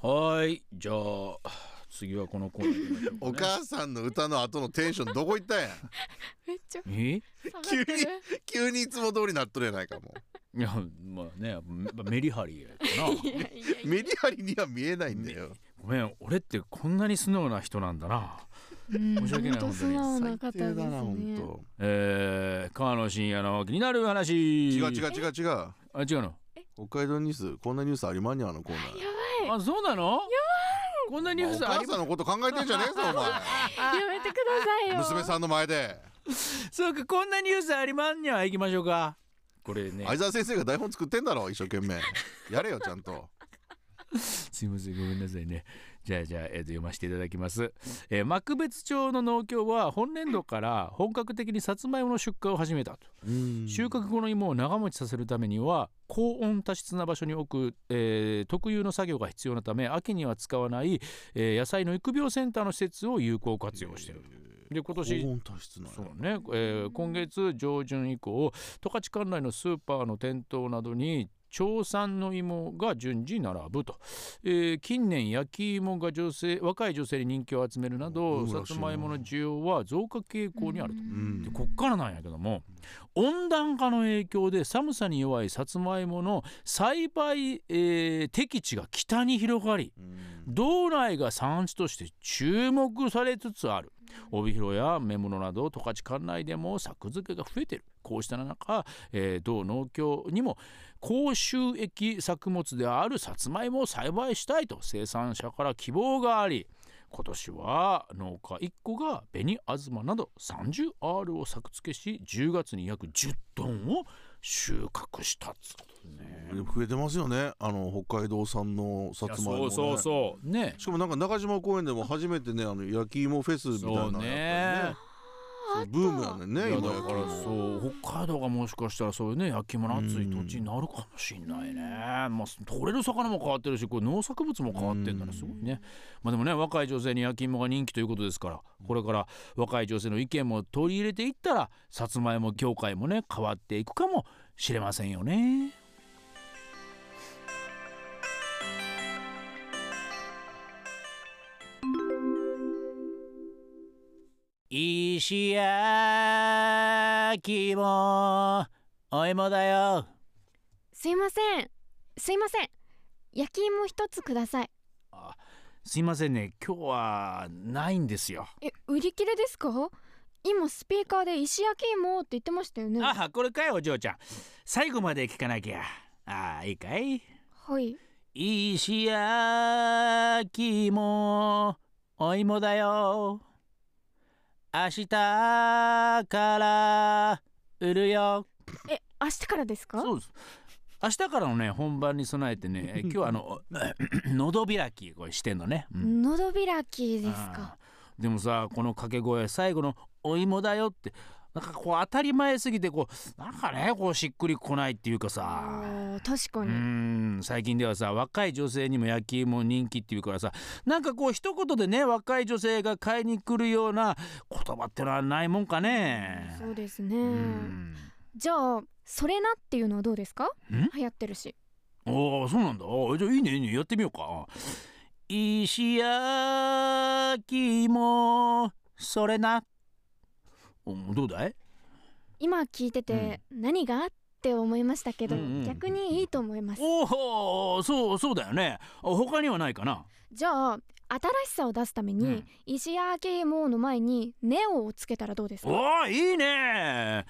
はーいじゃあ次はこのコーナー行きましょうお母さんの歌の後のテンションどこ行った んやめっちゃえ下がってる急に急にいつも通りなっとるやない かもいやまあねやっぱメリハリやか いなやいやいメリハリには見えないんだよごめん俺ってこんなに素直な人なんだなや申し訳ない本当素直な方ですね本えー、川野真也の気になる話当違違う違う違う違うあ違うの北海道ニュースこんなニュースありまんにゃあのコーナーあそうなのこんなニューおスあ母りまさんのこと考えてんじゃねえぞやめてくだおさい よ前娘さんの前でそうかこんなニュースありまんにゃ行きましょうかこれね相沢先生が台本作ってんだろ一生懸命やれよちゃんとすいませんごめんなさいねじゃあじゃあ、えーと読ませていただきます、えー幕別町の農協は本年度から本格的にさつまいもの出荷を始めたと収穫後の芋を長持ちさせるためには高温多湿な場所に置く、えー特有の作業が必要なため秋には使わない、えー野菜の育苗センターの施設を有効活用しているで今年高温多湿なそうね、えー今月上旬以降十勝管内のスーパーの店頭などに長産の芋が順次並ぶと、えー近年焼き芋が女性若い女性に人気を集めるなうどんそうさらしいつなまいもの需要は増加傾向にあると。んでこっからなんやけども温暖化の影響で寒さに弱いさつまいもの栽培、えー適地が北に広がり道内が産地として注目されつつある帯広や目室など十勝管内でも作付けが増えてるこうした中、えー同農協にも高収益作物であるさつまいもを栽培したいと生産者から希望があり今年は農家1個が紅あずまなど 30R を作付けし10月に約10トンを収穫したっつうね。増えてますよねあの北海道産のさつまいも、ね、そうねしかもなんか中島公園でも初めてねあの焼き芋フェスみたいなそうのやねっぱりねそうブームやねんねいやだ今かやかららそう北海道がもしかしたらそういうね焼き芋の熱い土地になるかもしんないね、まあ、取れる魚も変わってるしこれ農作物も変わってんだねすごいね、まあ、でもね若い女性に焼き芋が人気ということですからこれから若い女性の意見も取り入れていったらさつまいも業界もね変わっていくかもしれませんよね。石焼き芋お芋だよすいませんすいません焼き芋一つくださいすいませんね今日はないんですよえ売り切れですか今スピーカーで石焼き芋って言ってましたよねああこれかいお嬢ちゃん最後まで聞かなきゃああいいかいはい石焼き芋お芋だよ明日から売るよえ明日からですかそうです明日からのね本番に備えてねえ今日はあの 喉開きこれしてんのね、うん喉開きですあかーでもさこの掛け声最後の「お芋だよ」ってなんかこう当たり前すぎてこうなんかねこうしっくりこないっていうかさあー確うかーに、ん最近ではさ若い女性にも焼き芋人気っていうからさなんかこう一言でね若い女性が買いに来るような言葉ってのはないもんかね。そうですね、うんじゃあそれなっていうのはどうですかん流行ってるしおおそうなんだおーじゃあいいねいいねやってみようか石焼き芋それなおどうだい今聞いてて何がって思いましたけど、うんうん逆にいいと思います、おおそうそうだよねあ他にはないかなじゃあ新しさを出すために、うん石焼き芋の前にネオをつけたらどうですかおーいいね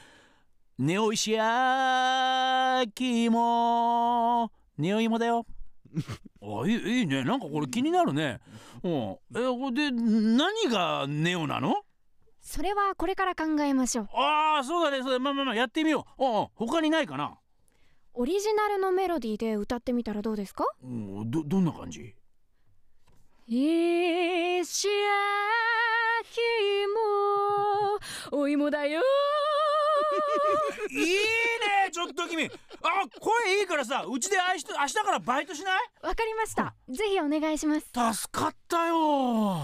ネオ石焼き芋ネオ芋だよあいいいいねなんかこれ気になるねうんえほんで何がネオなのそれはこれから考えましょうああそうだねそうだねまあまあまあやってみよううんうん他にないかなオリジナルのメロディーで歌ってみたらどうですかうんどどんな感じ石焼き芋お芋 だよいい ねちょっと君あ声いいからさうちであいし明日からバイトしなわかりましたぜひお願いしますい助かったよ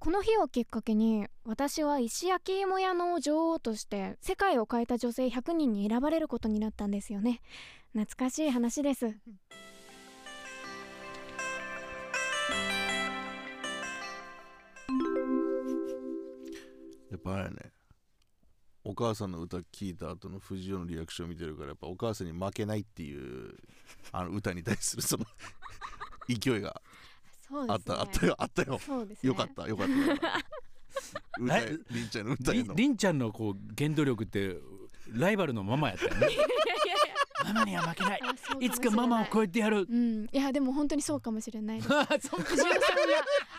この日をきっかけに私は石焼き芋屋の女王として世界を変えた女性100人に選ばれることになったんですよね懐かしい話です母さんの歌聞いた後の藤尾のリアクション見てるからやっぱお母さんに負けないっていうあの歌に対するその 勢いがそうあでっすねたあったよあったよそうですねよかったよかった歌えりんちゃんの歌へりのりんちゃんのこう原動力ってライバルのママやったよねママには負けないあそうかもしれないいつかママを超えてや るうん、いやでも本当にそうかもしれないです藤尾さんが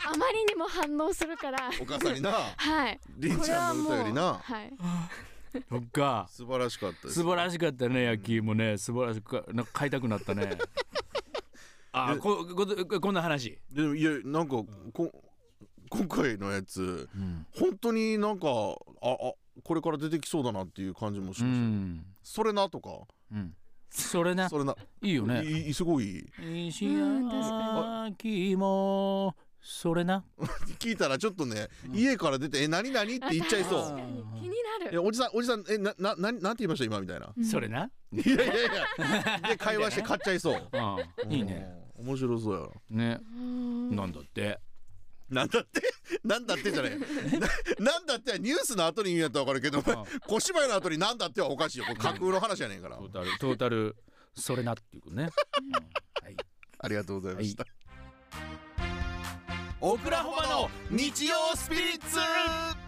あまりにも反応するからお母さんになはいりんちゃんの歌よりなこれはもうはいそっか素晴らしかったです素晴らしかったね野球もね素晴らしくなんか買いたくなったね あでこここんな話、でもいやなんかこ今回のやつうん本当になんかああこれから出てきそうだなっていう感じもしうました、んそれなとかうんそれなそれないいよねいいすごい石うん確か焼もそれな聞いたらちょっとね、うん家から出て「え何何?」って言っちゃい確そかうに気にな「いやるおじさんおじさんえなな何なんて言いました今」みたいな「うんそれな、いやいやいや」 で会話して買っちゃいそううん、いいねうん面白そうやなねうんなんだってなんだってなんだってじゃないななんだってはニュースの後に言うんやったら分かるけどお前うん小芝居の後になんだってはおかしいよこれ架空の話やねんからトータルトータルそれなっていうことね、うんはいありがとうございました、オクラホマの日曜スピリッツツ